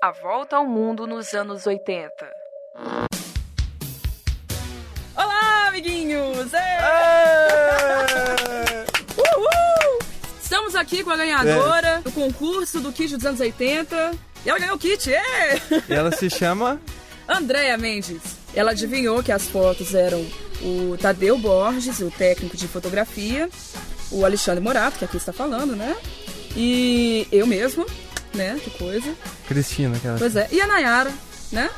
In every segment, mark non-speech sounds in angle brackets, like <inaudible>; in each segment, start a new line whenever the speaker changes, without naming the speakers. A volta ao mundo nos anos 80.
Olá, amiguinhos! É, Uhul! Estamos aqui com a ganhadora do concurso do kit dos anos 80. E ela ganhou o kit, é! <laughs>
E ela se chama.
Andréia Mendes. Ela adivinhou que as fotos eram o Tadeu Borges, o técnico de fotografia, o Alexandre Morato, que aqui está falando, né? E eu mesma, né? Que coisa.
Cristina, aquela.
Pois é. E a Nayara, né?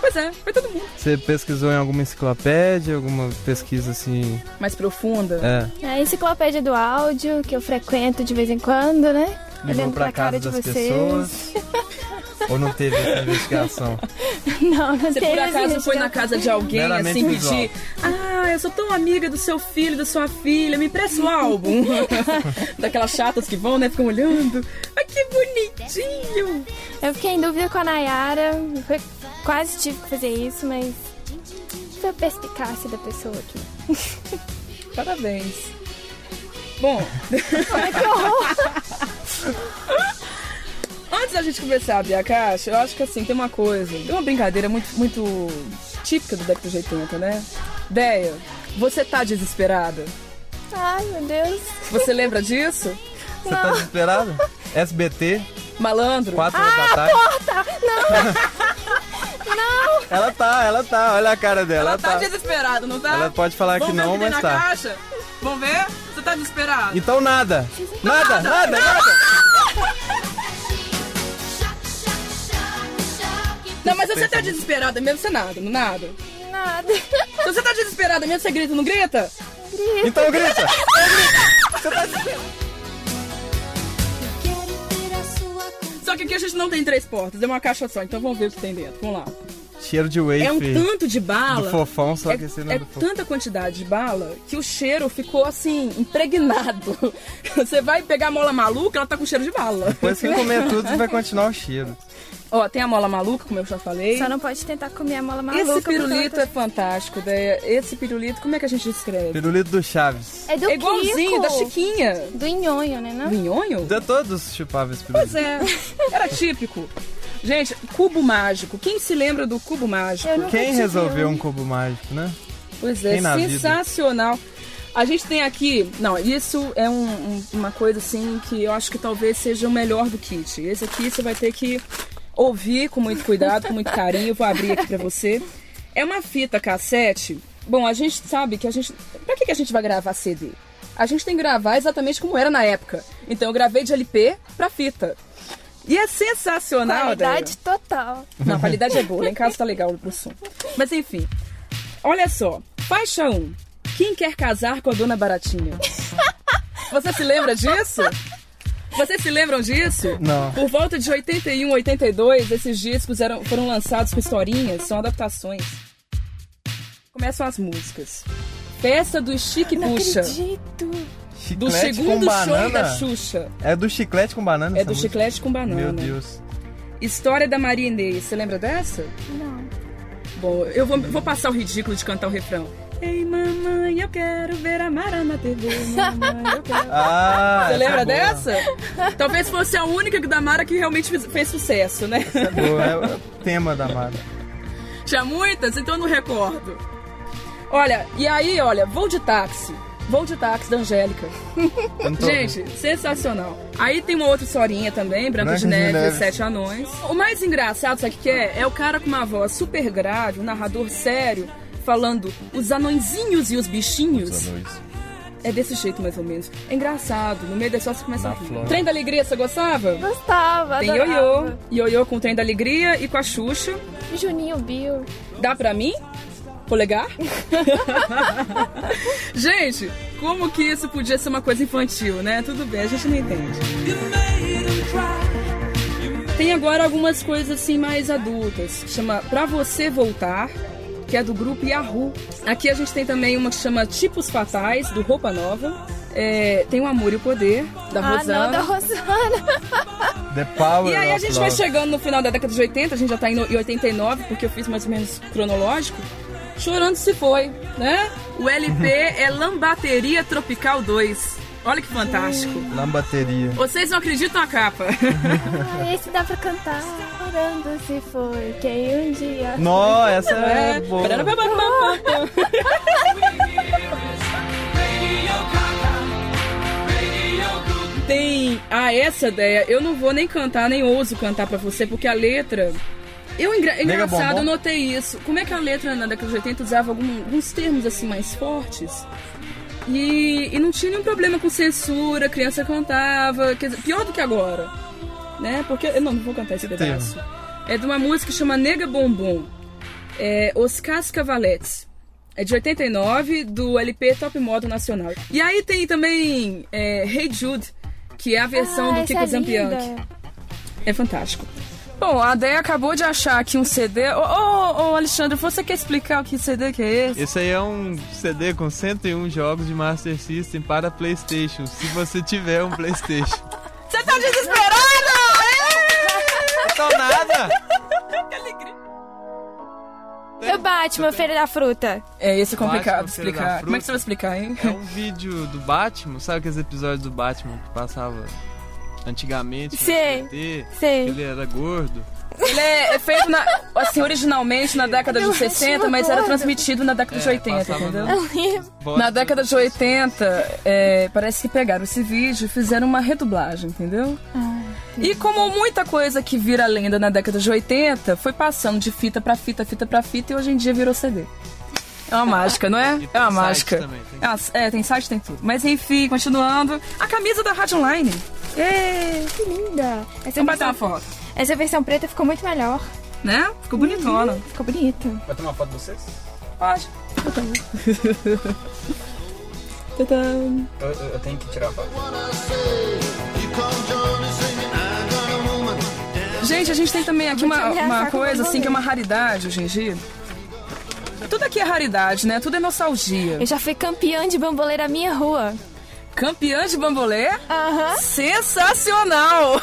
Pois é, foi todo mundo.
Você pesquisou em alguma enciclopédia, alguma pesquisa assim.
Mais profunda.
É.
A enciclopédia do áudio, que eu frequento de vez em quando, né?
Ligou
Olhando
pra
pra cara
casa
de
das
vocês.
pessoas. Ou não teve essa investigação?
<laughs> Não, não
Você
tem
por
essa
acaso foi na
investigação.
casa de alguém
Meramente
assim
visual.
pedir: Ah, eu sou tão amiga do seu filho, da sua filha, me empresta o álbum.
<laughs>
<laughs> Daquelas chatas que vão, né? Ficam olhando. Ai, que bonitinho!
Eu fiquei em dúvida com a Nayara. foi- Quase tive que fazer isso, mas. Foi a perspicácia da pessoa aqui.
Parabéns. Bom,
Ai, que horror!
<laughs> antes da gente começar a abrir a caixa, eu acho que assim, tem uma coisa, tem uma brincadeira muito, muito típica do década de 80, né? Deia, você tá desesperada?
Ai, meu Deus.
Você lembra disso?
Você tá desesperado? SBT,
Malandro?
4 horas da tarde. <laughs>
Não!
Ela tá, ela tá, olha a cara
Ela,
dela. Ela,
tá,
tá.
desesperada, não tá?
Ela pode falar que
Vamos ver
não,
o que tem
mas
na
tá.
caixa? Vamos ver? Você tá desesperado?
Então nada. Nada, nada, nada.
Não, mas você tá desesperada mesmo, você nada, não nada.
Nada.
Se você tá desesperada mesmo, você grita, não grita?
Então grita.
Só que aqui a gente não tem três portas, é uma caixa só, então vamos ver o que tem dentro. Vamos lá.
Cheiro de wafer.
É um tanto de
do
bala.
fofão, só que esse não
É,
é
é
do fofão.
tanta quantidade de bala que o cheiro ficou assim, impregnado. <laughs> Você vai pegar a mola maluca, ela tá com cheiro de bala.
Depois que comer tudo, você vai continuar o cheiro.
<laughs> Ó, tem a mola maluca, como eu já falei.
Só não pode tentar comer a mola maluca.
Esse
porque ela
pirulito é fantástico, né? Esse pirulito, como é que a gente descreve?
Pirulito do Chaves.
tá- É do
É igualzinho
Kiko.
da Chiquinha.
Do nhonho, né? Não?
Vinhonho?
Da todos chupavam esse
Pois
pirulito.
é, era típico. Gente, cubo mágico. Quem se lembra do cubo mágico?
Eu nunca
Quem
tive
resolveu
um.
um cubo mágico, né?
Pois é,
Quem na vida?
sensacional. A gente tem aqui. Não, isso é um- um- uma coisa assim que eu acho que talvez seja o melhor do kit. Esse aqui você vai ter que ouvir com muito cuidado, com muito carinho. Eu vou abrir aqui pra você. É uma fita cassete. Bom, a gente sabe que a gente. Pra que, que a gente vai gravar CD? A gente tem que gravar exatamente como era na época. Então eu gravei de LP pra fita. E é sensacional, Débora.
Qualidade total.
Não, a qualidade é boa. Lá em casa tá legal pro som. Mas enfim. Olha só. Faixa 1. Quem quer casar com a dona Baratinha? Você se lembra disso? Vocês se lembram disso?
Não.
Por volta de 81, 82, esses discos eram, foram lançados com historinhas, são adaptações. Começam as músicas. Festa do Chique
Não
Puxa.
acredito.
Do
Chiclete com
segundo show da
banana.
Xuxa.
É do chiclete com banana
É
essa
do
música?
Chiclete com Banana.
Meu
<laughs>
Deus.
História da Maria Inês. Você lembra dessa?
Não.
Bom, eu vou, vou passar o ridículo de cantar o refrão. Ei, mamãe, eu quero ver a Mara na TV. Mamãe, eu quero.
Ah,
<laughs> Você
essa é
lembra
boa.
dessa? Talvez fosse a única da Mara que realmente fez, fez sucesso, né?
Essa é <laughs> boa, é o tema da Mara.
<laughs> Tinha muitas, então eu não recordo. Olha, e aí, olha, vou de táxi. Vou de táxi da Angélica.
Eu não tô-
Gente, sensacional. Aí tem uma outra historinha também, Branca de
Branca de
Neve,
Neve.
e Sete Anões. O mais engraçado, sabe o que que é? É o cara com uma voz super grave, um narrador sério, falando os anõezinhos e os bichinhos. É desse jeito, mais ou menos. É engraçado. No meio da história você começa a
Na
rir.
flor.
Trem da Alegria, você gostava?
Gostava,
Tem
adorava.
Ioiô. Ioiô com o Trem da Alegria e com a Xuxa.
Juninho Bill.
Dá pra mim? Polegar? <laughs> gente, como que isso podia ser uma coisa infantil, né? Tudo bem, a gente não entende. Tem agora algumas coisas assim mais adultas. que Chama Pra Você Voltar, que é do grupo Yahoo. Aqui a gente tem também uma que chama Tipos Fatais, do Roupa Nova. É, tem o Amor e o Poder, da
Ah, não, da
Rosana.
Rosana. <laughs>
The Power
E aí a
of
gente
Love.
vai chegando no final da década de 80, a gente já tá indo em 89, porque eu fiz mais ou menos cronológico. Chorando se foi, né? O LP é Lambateria Tropical 2. Olha que fantástico.
Na bateria.
Vocês não acreditam na capa.
Ah, esse dá pra cantar. Orando se foi quem um dia.
Nó, essa é boa.
Tem ah, essa ideia. Eu não vou nem cantar, nem ouso cantar pra você, porque a letra. Eu engra- é engraçado,
bombom.
eu notei isso. Como é que a letra na década de 80 usava algum- alguns termos assim mais fortes? E, e não tinha nenhum problema com censura, criança cantava, quer dizer, pior do que agora. Né? Porque. eu Não, não vou cantar esse
Que
pedaço. É de uma música que chama Nega Bombom. É Os Cascavaletes. É de 89, do LP Top Modo Nacional. E aí tem também é, Hey Jude, que é a versão
Ah,
do
essa
Kiko
é
Zambianchi.
linda.
É fantástico. Bom, a Deia acabou de achar aqui um CD. Ô, ô, ô, Alexandre, você quer explicar o que CD que é esse?
Esse aí é um CD com 101 jogos de Master System para PlayStation. Se você tiver um PlayStation.
Você tá desesperada!
Então nada!
Eu Batman, Feira da Fruta.
É, esse é
Batman,
complicado de
Feira da
explicar. Como é que você
Fruta.
vai explicar, hein?
É um vídeo do Batman, sabe aqueles episódios do Batman que passava antigamente? no
Sim.
SBT?
Sei.
Ele era gordo.
<laughs> Ele é feito na, assim, originalmente na década de 60, mas era transmitido na década de
É,
80,
passava
entendeu?
no-
<laughs>
Na década de 80, é, parece que pegaram esse vídeo e fizeram uma redublagem, entendeu?
Ah,
E como muita coisa que vira lenda na década de 80, foi passando de fita pra fita, fita pra fita e hoje em dia virou CD. É uma mágica, não é?
<laughs> E tem
É uma
site
mágica.
também, tem
É, uma- é, tem site, tem tudo. Mas enfim, continuando. A camisa da Rádio Online. Ê,
Que linda. Essa
Vamos bater
versão,
uma foto,
essa versão preta ficou muito melhor.
né? Ficou bonitona.
Ficou bonita.
Vai tomar foto de vocês?
Pode. Tadã.
Eu, eu- eu tenho que tirar a foto.
Gente, a gente tem também aqui uma,
Vou te ameaçar
uma
com
coisa
o
assim que é uma raridade hoje em dia. Tudo aqui é raridade, né? Tudo é nostalgia.
Eu já fui campeã de bambolê na minha rua.
Campeã de bambolê?
Aham.
Sensacional!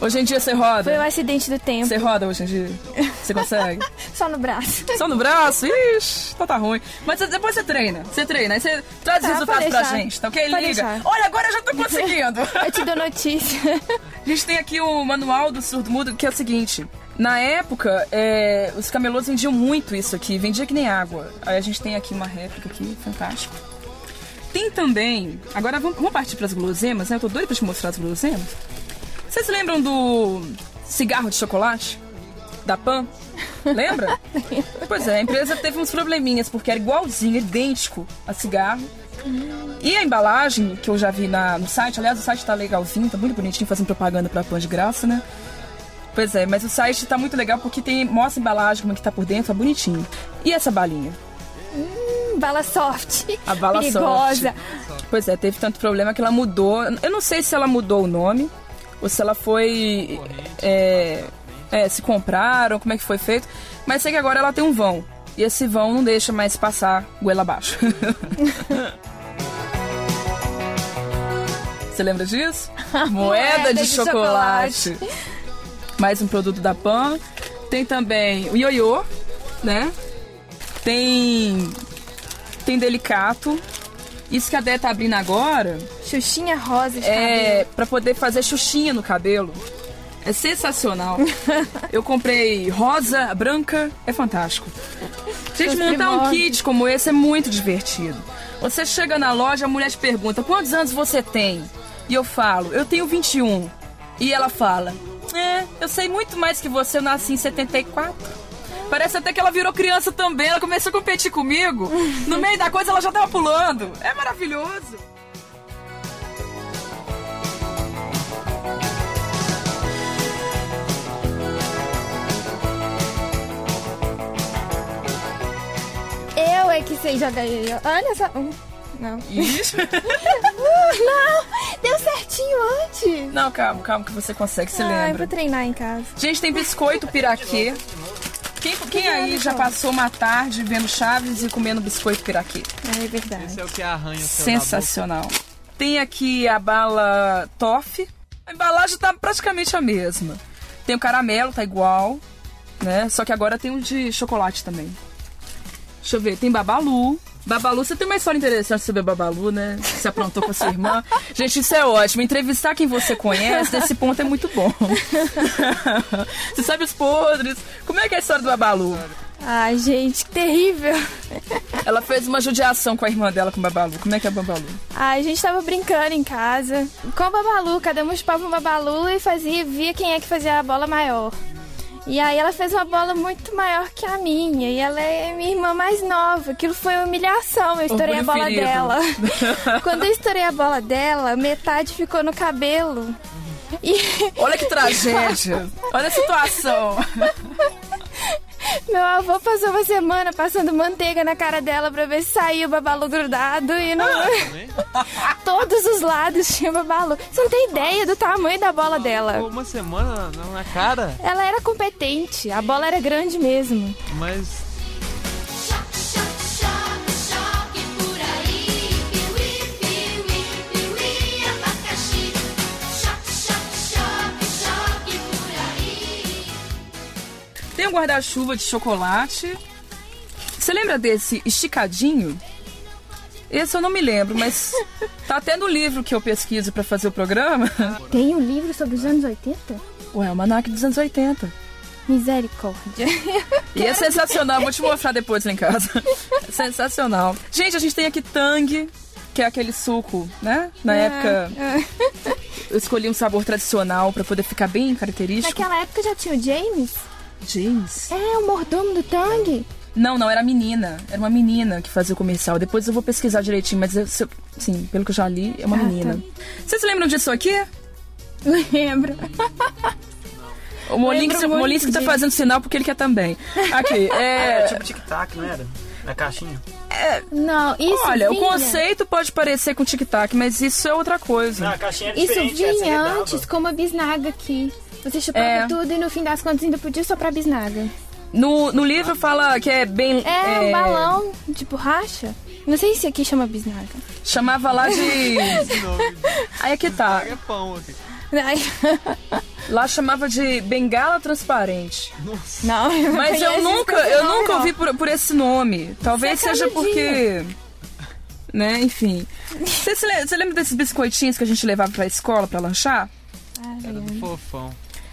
Hoje em dia você
Foi um
roda?
acidente do tempo.
Você roda hoje em dia? Você consegue?
Só no braço. <laughs>
Só no braço? Ixi, então tá ruim. Mas você- depois você treina. Você treina, aí você traz
Tá,
os resultados
pode
pra
deixar.
gente, tá ok?
Pode
Liga.
deixar.
Olha, agora eu já tô conseguindo.
<laughs> Eu te dou notícia. <laughs>
A gente tem aqui o manual do surdo mudo, que é o seguinte. Na época, é, os camelôs vendiam muito isso aqui, vendia que nem água. Aí a gente tem aqui uma réplica aqui, fantástico. Tem também. Agora vamos, vamos partir para as guloseimas, né? Eu tô doida pra te mostrar as guloseimas. Vocês lembram do cigarro de chocolate? Da Pan? Lembra? pois é, a empresa teve uns probleminhas, porque era igualzinho, idêntico a cigarro. E a embalagem, que eu já vi na- no site, aliás, o site tá legalzinho, tá muito bonitinho, fazendo propaganda pra Pan de graça, né? Pois é, mas o site tá muito legal porque tem, mostra a embalagem, como é que tá por dentro, tá bonitinho. E essa balinha?
Bala soft.
A bala
Perigosa.
Pois é, teve tanto problema que ela mudou. Eu não sei se ela mudou o nome ou se ela foi. É, é, se compraram, como é que foi feito. Mas sei que agora ela tem um vão. E esse vão não deixa mais passar goela abaixo. <laughs> Você lembra <laughs> disso? Moeda,
Moeda
de,
de
chocolate. Mais um produto da Pan. Tem também o ioiô, né? Tem. Tem delicato. Isso que a Dé tá abrindo agora
Xuxinha rosa de
é para poder fazer xuxinha no cabelo. É
<laughs>
sensacional. Eu comprei rosa, branca, é fantástico. Gente,
Seus
montar um
primórdios.
kit como esse é muito divertido. Você chega na loja, a mulher te pergunta: "Quantos anos você tem?" E eu falo: "Eu tenho 21". E ela fala: "É, eu sei muito mais que você, eu nasci em 74". Parece até que ela virou criança também, ela começou a competir comigo. No meio da coisa ela já tava pulando. É maravilhoso.
cabelo. Eu é que sei jogar ioiô. Olha só. Hum, Não. <laughs> Uh,
Ixi.
não! Deu certinho antes.
Não, calma, calma que você consegue, se
Ah, eu
lembra.
vou treinar em casa.
Gente, tem biscoito piraquê. Quem, quem aí já passou uma tarde vendo Chaves e comendo biscoito piraquê?
Ah, é verdade.
Esse é o que arranha o seu
Sensacional. Tem aqui a bala Toff. A embalagem tá praticamente a mesma. Tem o caramelo, tá igual, né? Só que agora tem um de chocolate também. Deixa eu ver, tem Babalu, Babalu, você tem uma história interessante sobre a Babalu, né? Se aprontou com a sua irmã. Gente, isso é ótimo. Entrevistar quem você conhece, esse ponto é muito bom. você sabe os podres. Como é que é a história do Babalu?
Ai, gente, que terrível.
Ela fez uma judiação com a irmã dela, com o Babalu. Como é que é o Babalu?
Ai, a gente tava brincando em casa com o Babalu. Cada um chupava um Babalu e fazia, via quem é que fazia a bola maior. E aí ela fez uma bola muito maior que a minha. E ela é minha irmã mais nova. Aquilo foi uma humilhação. Eu estourei a
Orgulho
bola
ferido.
dela. Quando eu estourei a bola dela, metade ficou no cabelo. E
Olha que tragédia. Olha a situação.
Meu avô passou uma semana passando manteiga na cara dela pra ver se saía o babalu grudado e não. <laughs> Todos os lados tinha babalu. Você não tem ideia do tamanho da bola
Ficou
dela.
uma semana na, na cara,
Ela era competente, a bola era grande mesmo.
mas
Choque, choque, choque, choque por aí. Piuí, piuí, piuí, abacaxi. Choque, choque, choque, choque por aí.
Tem um guarda-chuva de chocolate. Você lembra desse esticadinho? Esse eu não me lembro, mas tá até no livro que eu pesquiso pra fazer o programa.
Tem um livro sobre os anos 80?
Ué, o Manac dos anos 80.
Misericórdia.
E é sensacional, vou te mostrar depois lá em casa. É sensacional. Gente, a gente tem aqui Tang, que é aquele suco, né? Na época eu escolhi um sabor tradicional pra poder ficar bem característico.
Naquela época já tinha o James?
James?
É, o mordomo do Tang.
Não, não, era a menina. Era uma menina que fazia o comercial. Depois eu vou pesquisar direitinho, mas eu- se eu- sim, pelo que eu já li, é
Ah,
uma menina.
tá.
Vocês lembram disso aqui?
<laughs> Lembro.
O Molins,
Lembro
o
muito
Molins que tá
disso.
fazendo sinal porque ele quer também.
<laughs>
Aqui,
Era
é.
tipo tic-tac, não era? Na caixinha.
Não, isso.
Olha, o
vinha-
conceito pode parecer com tic-tac, mas isso é outra
Não,
coisa.
Ah, a caixinha era
Isso
diferente. é, essa
vinha
arredava.
antes como a bisnaga aqui. Você chupava
É.
tudo e no fim das contas ainda podia soprar bisnaga.
No, no livro fala que é bem.
É, um balão de borracha. Não sei se aqui chama bisnaga.
Chamava lá
<laughs>
de.
de novo,
Aí aqui tá.
é pão aqui.
Ai, <laughs>
Lá chamava de bengala transparente.
Nossa,
Não,
Mas eu
conheço
nunca,
esse
eu
personagem,
nunca
não.
ouvi por, por esse nome. Talvez seja porque. Né, enfim. Você se le- você lembra desses biscoitinhos que a gente levava pra escola pra lanchar?
era
Hum.
do fofão.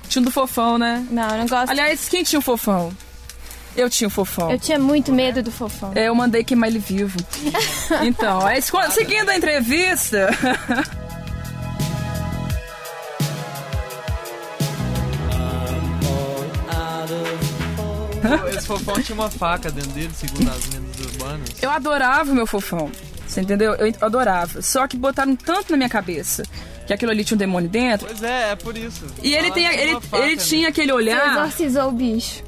Tinha um do fofão, né?
É, Não, eu não gosto.
Aliás, quem tinha o fofão? Eu tinha o fofão.
Eu tinha muito medo do fofão.
É, eu mandei queimar ele vivo. Então, a escola, seguindo a entrevista. <laughs>
Esse fofão tinha uma faca dentro dele, segundo as lendas urbanas.
Eu adorava o meu fofão. Você entendeu? Eu adorava. Só que botaram tanto na minha cabeça que aquilo ali tinha um demônio dentro.
Pois é, é por isso.
E ele,
Falaram
tem,
que
ele,
uma faca,
ele
né?
tinha aquele
Você
olhar.
exorcizou o bicho.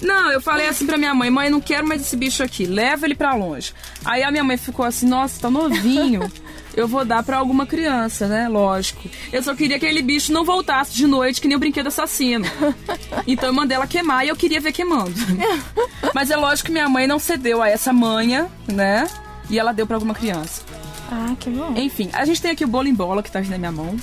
Não, eu falei assim pra minha mãe, mãe, não quero mais esse bicho aqui, leva ele pra longe. Aí a minha mãe ficou assim, nossa, tá novinho. Eu vou dar pra alguma criança, né? Lógico. Eu só queria que aquele bicho não voltasse de noite, que nem o brinquedo assassino. Então eu mandei ela queimar e eu queria ver queimando. Mas é lógico que minha mãe não cedeu a essa manha, né? E ela deu pra alguma criança.
Ah, que bom.
Enfim, a gente tem aqui o bolo em bola que tá aqui na minha mão.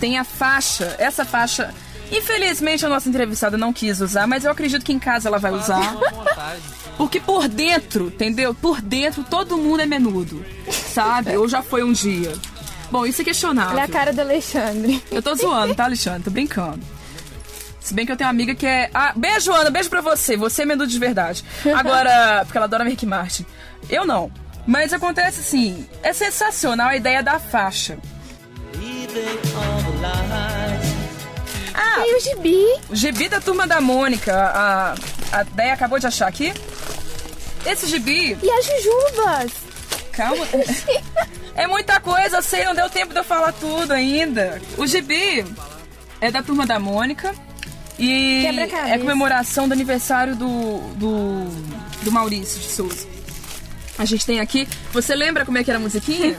Tem a faixa, essa faixa. Infelizmente a nossa entrevistada não quis usar, mas eu acredito que em casa ela vai
Faz
usar.
uma montagem.
Porque por dentro, entendeu? Por dentro todo mundo é menudo, sabe? Ou já foi um dia. Bom, isso é questionável.
Olha a cara do Alexandre. <laughs>
Eu tô zoando, tá, Alexandre? Tô brincando. Se bem que eu tenho uma amiga que é. Ah, beijo, Ana, beijo pra você. Você é menudo de verdade. Agora, porque ela adora Rick Martin. Eu não. Mas acontece assim: é sensacional a ideia da faixa.
E o gibi?
Ah, O gibi da turma da Mônica, a, a Deia acabou de achar aqui. Esse gibi,
E as jujubas?
calma. É muita coisa, eu sei, não deu tempo de eu falar tudo ainda. O gibi é da turma da Mônica. E
Quebra-cabeça.
é comemoração do aniversário do, do, do Maurício de Souza. A gente tem aqui. Você lembra como é que era a musiquinha?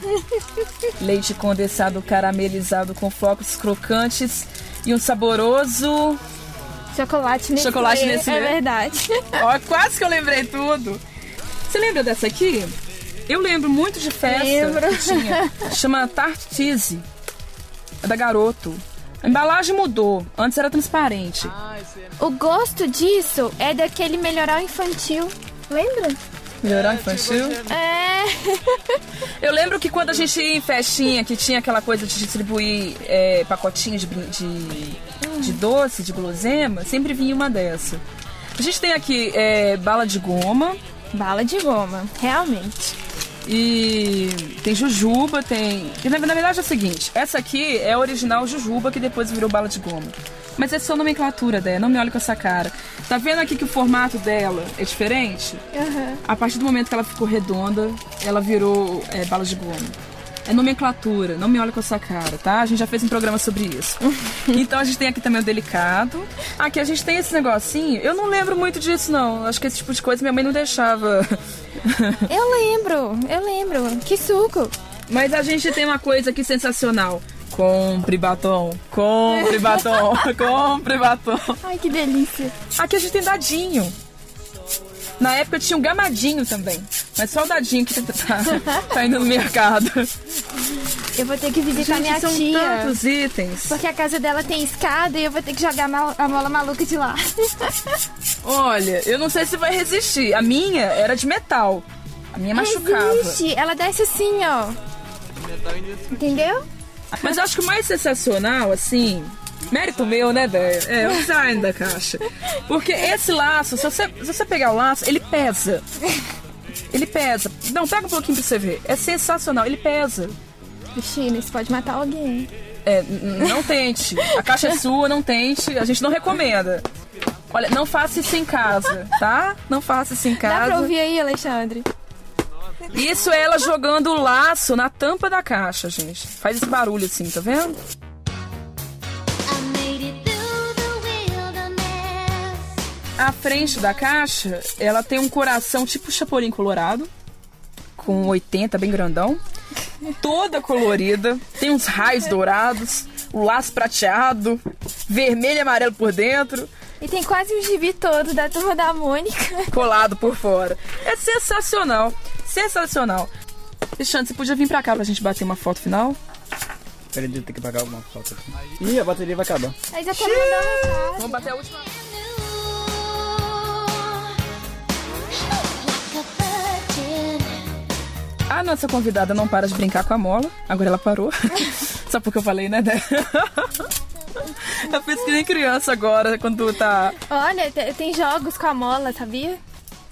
Leite condensado caramelizado com flocos crocantes e um saboroso
Chocolate nesse
Chocolate Nestlé.
É verdade. <laughs>
Ó, quase que eu lembrei tudo. Você lembra dessa aqui? Eu lembro muito de festa.
Lembro.
Que tinha. Chama Tarte Cheese. É da Garoto. A embalagem mudou. Antes era transparente.
O gosto disso é daquele melhoral infantil. Lembra?
Melhorar infantil?
É,
Eu lembro que quando a gente ia em festinha, que tinha aquela coisa de distribuir é, pacotinhos de, brin- de, de doce, de guloseima, sempre vinha uma dessa. A gente tem aqui é, bala de goma
bala de goma,
<laughs>
realmente.
e tem jujuba, tem... e na, na verdade é o seguinte, essa aqui é a original jujuba que depois virou bala de goma. Mas essa é só nomenclatura dela, não me olhe com essa cara. Tá vendo aqui que o formato dela é diferente?
Aham.
A partir do momento que ela ficou redonda, ela virou é, bala de goma. É nomenclatura, não me olha com essa cara, tá? A gente já fez um programa sobre isso. então a gente tem aqui também o delicado. Aqui a gente tem esse negocinho. Eu não lembro muito disso, não. Acho que esse tipo de coisa minha mãe não deixava.
Eu lembro, eu lembro. Que suco.
Mas a gente tem uma coisa aqui sensacional. Compre batom, compre
<laughs>
batom, compre batom.
Ai, que delícia.
Aqui a gente tem dadinho. Na época tinha um gamadinho também. Mas só o dadinho que tá,
<laughs>
tá indo no mercado.
Eu vou ter que
Gente,
visitar Tá minha
são
tia.
tantos itens.
Porque a casa dela tem escada e eu vou ter que jogar mal- a mola maluca de lá.
Olha, eu não sei se vai resistir. A minha era de metal. A minha <laughs> machucava.
Resiste, ela desce assim, ó. Entendeu?
Mas eu acho que o mais sensacional, assim. Mérito meu, né, velho? É o design da caixa. Porque esse laço, se você, se você pegar o laço, ele pesa. Ele pesa. Não, pega um pouquinho pra você ver. É sensacional, ele pesa.
China, isso pode matar alguém.
É, n- não tente. A caixa é sua, não tente. A gente não recomenda. Olha, não faça isso em casa, tá? Não faça isso em casa.
Dá pra ouvir aí, Alexandre?
Isso é ela jogando o laço na tampa da caixa, gente. Faz esse barulho assim, tá vendo?
I made it through the wilderness.
A frente da caixa, ela tem um coração tipo chapolim colorado, com 80, bem grandão. Toda colorida, tem uns raios dourados, o laço prateado, vermelho e amarelo por dentro,
E tem quase um gibi todo da turma da Mônica. <laughs>
colado por fora. É sensacional, sensacional. Alexandre, você podia vir pra cá pra gente bater uma foto final?
Peraí, tem que pagar alguma foto aqui. Ih, a bateria vai acabar.
Aí já tá mandando
Vamos bater a última.
Like a virgin.
A nossa convidada não para de brincar com a mola. Agora ela parou. <laughs> Só porque eu falei, né, Dé? <laughs> Eu fiz que nem criança agora, quando tá
Olha, te- tem jogos com a mola, sabia?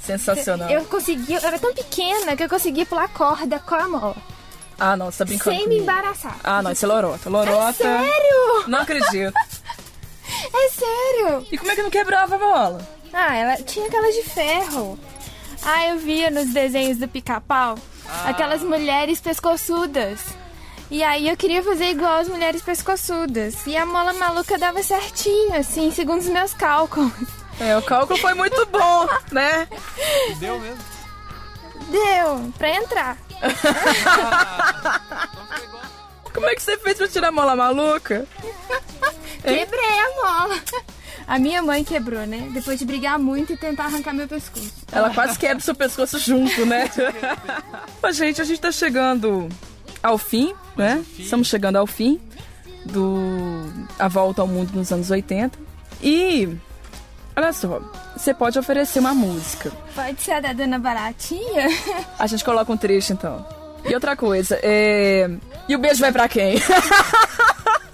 sensacional.
Eu consegui, eu era tão pequena que eu conseguia pular corda com a mola.
Ah, não, você tá brincando.
sem me
comigo.
embaraçar.
Ah, não, isso é lorota.
É
Lorota.
sério?
Não acredito.
É sério?
E como é que não quebrava a mola?
Ah, ela tinha aquelas de ferro. Ah, eu via nos desenhos do pica-pau aquelas mulheres pescoçudas. E aí eu queria fazer igual as mulheres pescoçudas. E a mola maluca dava certinho, assim, segundo os meus cálculos. <laughs>
É, o cálculo foi muito bom, né?
Deu mesmo.
Deu, pra entrar.
Como é que você fez pra tirar a mola maluca?
Quebrei a mola. <laughs> A minha mãe quebrou, né? Depois de brigar muito e tentar arrancar meu pescoço.
Ela quase quebra o seu pescoço junto, né? Bom, gente, a gente tá chegando ao fim, né? Estamos chegando ao fim do A Volta ao Mundo nos anos 80. E olha só, você pode oferecer uma música.
Pode ser a da dona Baratinha? <laughs>
A gente coloca um trecho então. E outra coisa, é... e o beijo vai pra quem? <laughs>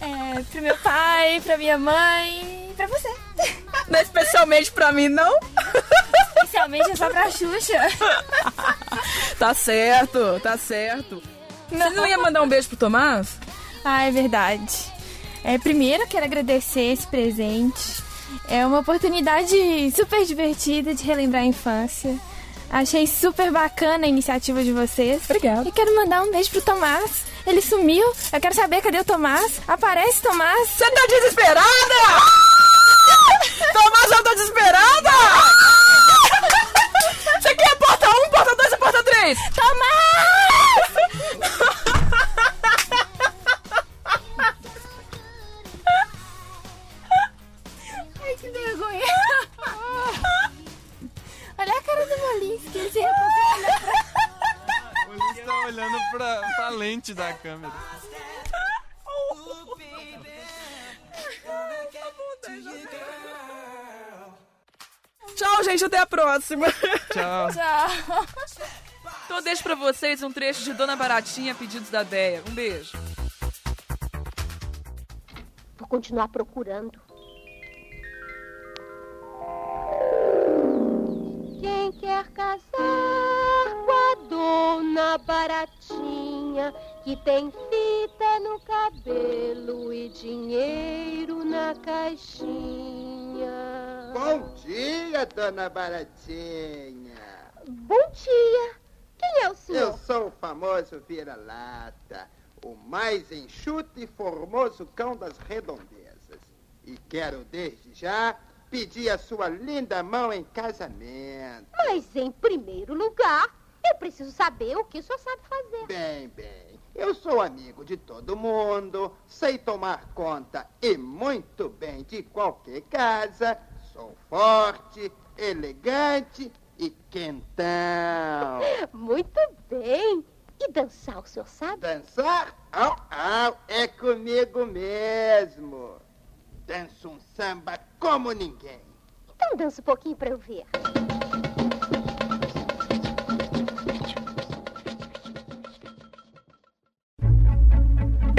É, pro meu pai, pra minha mãe, pra você. <laughs>
Não é especialmente pra mim, não?
Especialmente é só pra Xuxa.
Tá certo, tá certo. Você não ia mandar um beijo pro Tomás?
Ah, é verdade. É, primeiro eu quero agradecer esse presente. É uma oportunidade super divertida de relembrar a infância. Achei super bacana a iniciativa de vocês.
Obrigada.
E quero mandar um beijo pro Tomás. Ele sumiu. Eu quero saber cadê o Tomás. Aparece, Tomás.
Você tá <laughs> desesperada? Tomás, eu tô <laughs> desesperada! Você quer porta 1, porta 2 e porta 3? Tomás!
Ai, que vergonha. <laughs> Olha a cara do Molinski. Ele se revoltou. <laughs>
Eles estão olhando pra, pra lente da câmera.
Tchau, gente, até a próxima!
Tchau.
Tchau.
Então deixo pra vocês um trecho de Dona Baratinha, pedidos da Deia. Um beijo.
Vou continuar procurando. Quem quer casar com a dona Baratinha, que tem fita no cabelo e dinheiro na caixinha.
Bom dia, dona Baratinha.
Bom dia! Quem é o
Eu
senhor?
sou o famoso vira-lata, o mais enxuto e formoso cão das redondezas. E quero desde já pedir a sua linda mão em casamento.
Mas em primeiro lugar, eu preciso saber o que o senhor sabe fazer.
Bem, bem, eu sou amigo de todo mundo, sei tomar conta e muito bem de qualquer casa. Sou forte, elegante e quentão.
Muito bem! E dançar o senhor sabe?
Dançar? Au, au, é comigo mesmo. Danço um samba como ninguém.
Então dança um pouquinho pra eu ver.